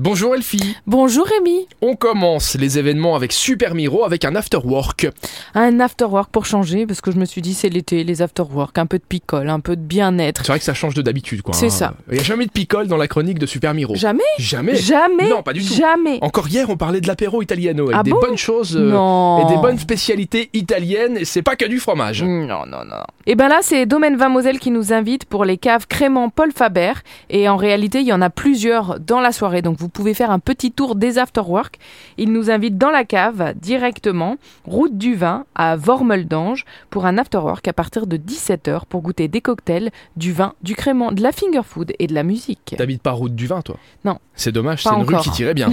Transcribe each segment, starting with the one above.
Bonjour Elfie, Bonjour Rémi, on commence les événements avec Super Miro avec un after work. un afterwork pour changer parce que je me suis dit c'est l'été, les afterwork, un peu de picole, un peu de bien-être. C'est vrai que ça change de d'habitude quoi. C'est hein. ça. Il n'y a jamais de picole dans la chronique de Super Miro. Jamais, Jamais. jamais, Non, pas du tout. jamais. Encore hier on parlait de l'apéro italiano avec Ah des bon bonnes choses euh, non. et des bonnes spécialités italiennes et c'est pas que du fromage. Non, non, non. Et ben là, c'est Domaine Vin Moselle qui nous invite pour les caves Crément Paul Faber. Et en réalité, il y en a plusieurs dans la soirée. Donc vous pouvez faire un petit tour des afterwork. Il nous invite dans la cave directement, route du vin à Vormeldange, pour un afterwork à partir de 17h pour goûter des cocktails, du vin, du crément, de la finger food et de la musique. T'habites pas route du vin toi Non. C'est dommage, c'est Pas une rue encore. qui tirait bien.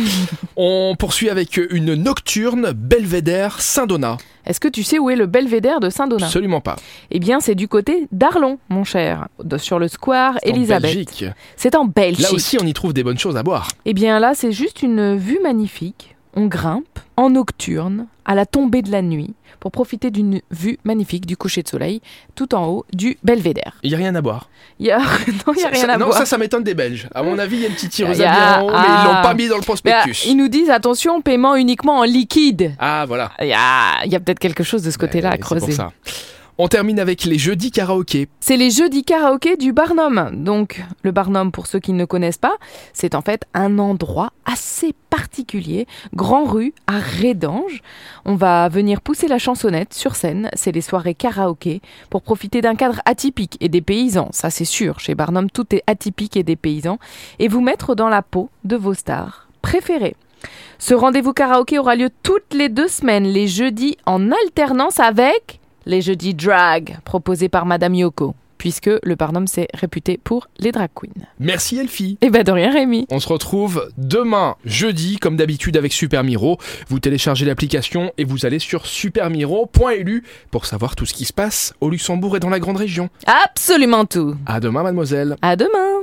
on poursuit avec une nocturne Belvédère Saint-Donat. Est-ce que tu sais où est le belvédère de Saint-Donat Absolument pas. Eh bien, c'est du côté d'Arlon, mon cher, de- sur le square En Elisabeth. Belgique. C'est en Belgique. Là aussi on y trouve des bonnes choses à boire. Eh bien là, c'est juste une vue magnifique. On grimpe en nocturne à la tombée de la nuit pour profiter d'une vue magnifique du coucher de soleil tout en haut du belvédère. Il y a rien à boire. Il y a, non, il y a Ça- rien ça- à non, voir. ça, ça m'étonne des Belges. À mon avis, il y a une petite tireuse Il y a- à bière en haut, mais ils l'ont ah. pas mis dans le Mais, ah, prospectus. ils nous disent attention, paiement uniquement en liquide. Ah, voilà. Il y a, il y a peut-être quelque chose de ce côté-là à Eh, c'est pour creuser. ça. On termine avec les jeudis karaoké. C'est les jeudis karaoké du Barnum. Donc, le Barnum, pour ceux qui ne connaissent pas, c'est en fait un endroit assez particulier, Grand Rue à Rédange. On va venir pousser la chansonnette sur scène. C'est les soirées karaoké pour profiter d'un cadre atypique et des paysans. Ça, c'est sûr. Chez Barnum, tout est atypique et des paysans. Et vous mettre dans la peau de vos stars préférées. Ce rendez-vous karaoké aura lieu toutes les deux semaines, les jeudis, en alternance avec les jeudis drag proposés par Madame Yoko, puisque le Barnum s'est réputé pour les drag queens. Merci Elfie. Eh ben de rien Rémi. On se retrouve demain, jeudi, comme d'habitude avec Super Miro. Vous téléchargez l'application et vous allez sur supermiro.lu pour savoir tout ce qui se passe au Luxembourg et dans la grande région. Absolument tout. À demain, mademoiselle. À demain.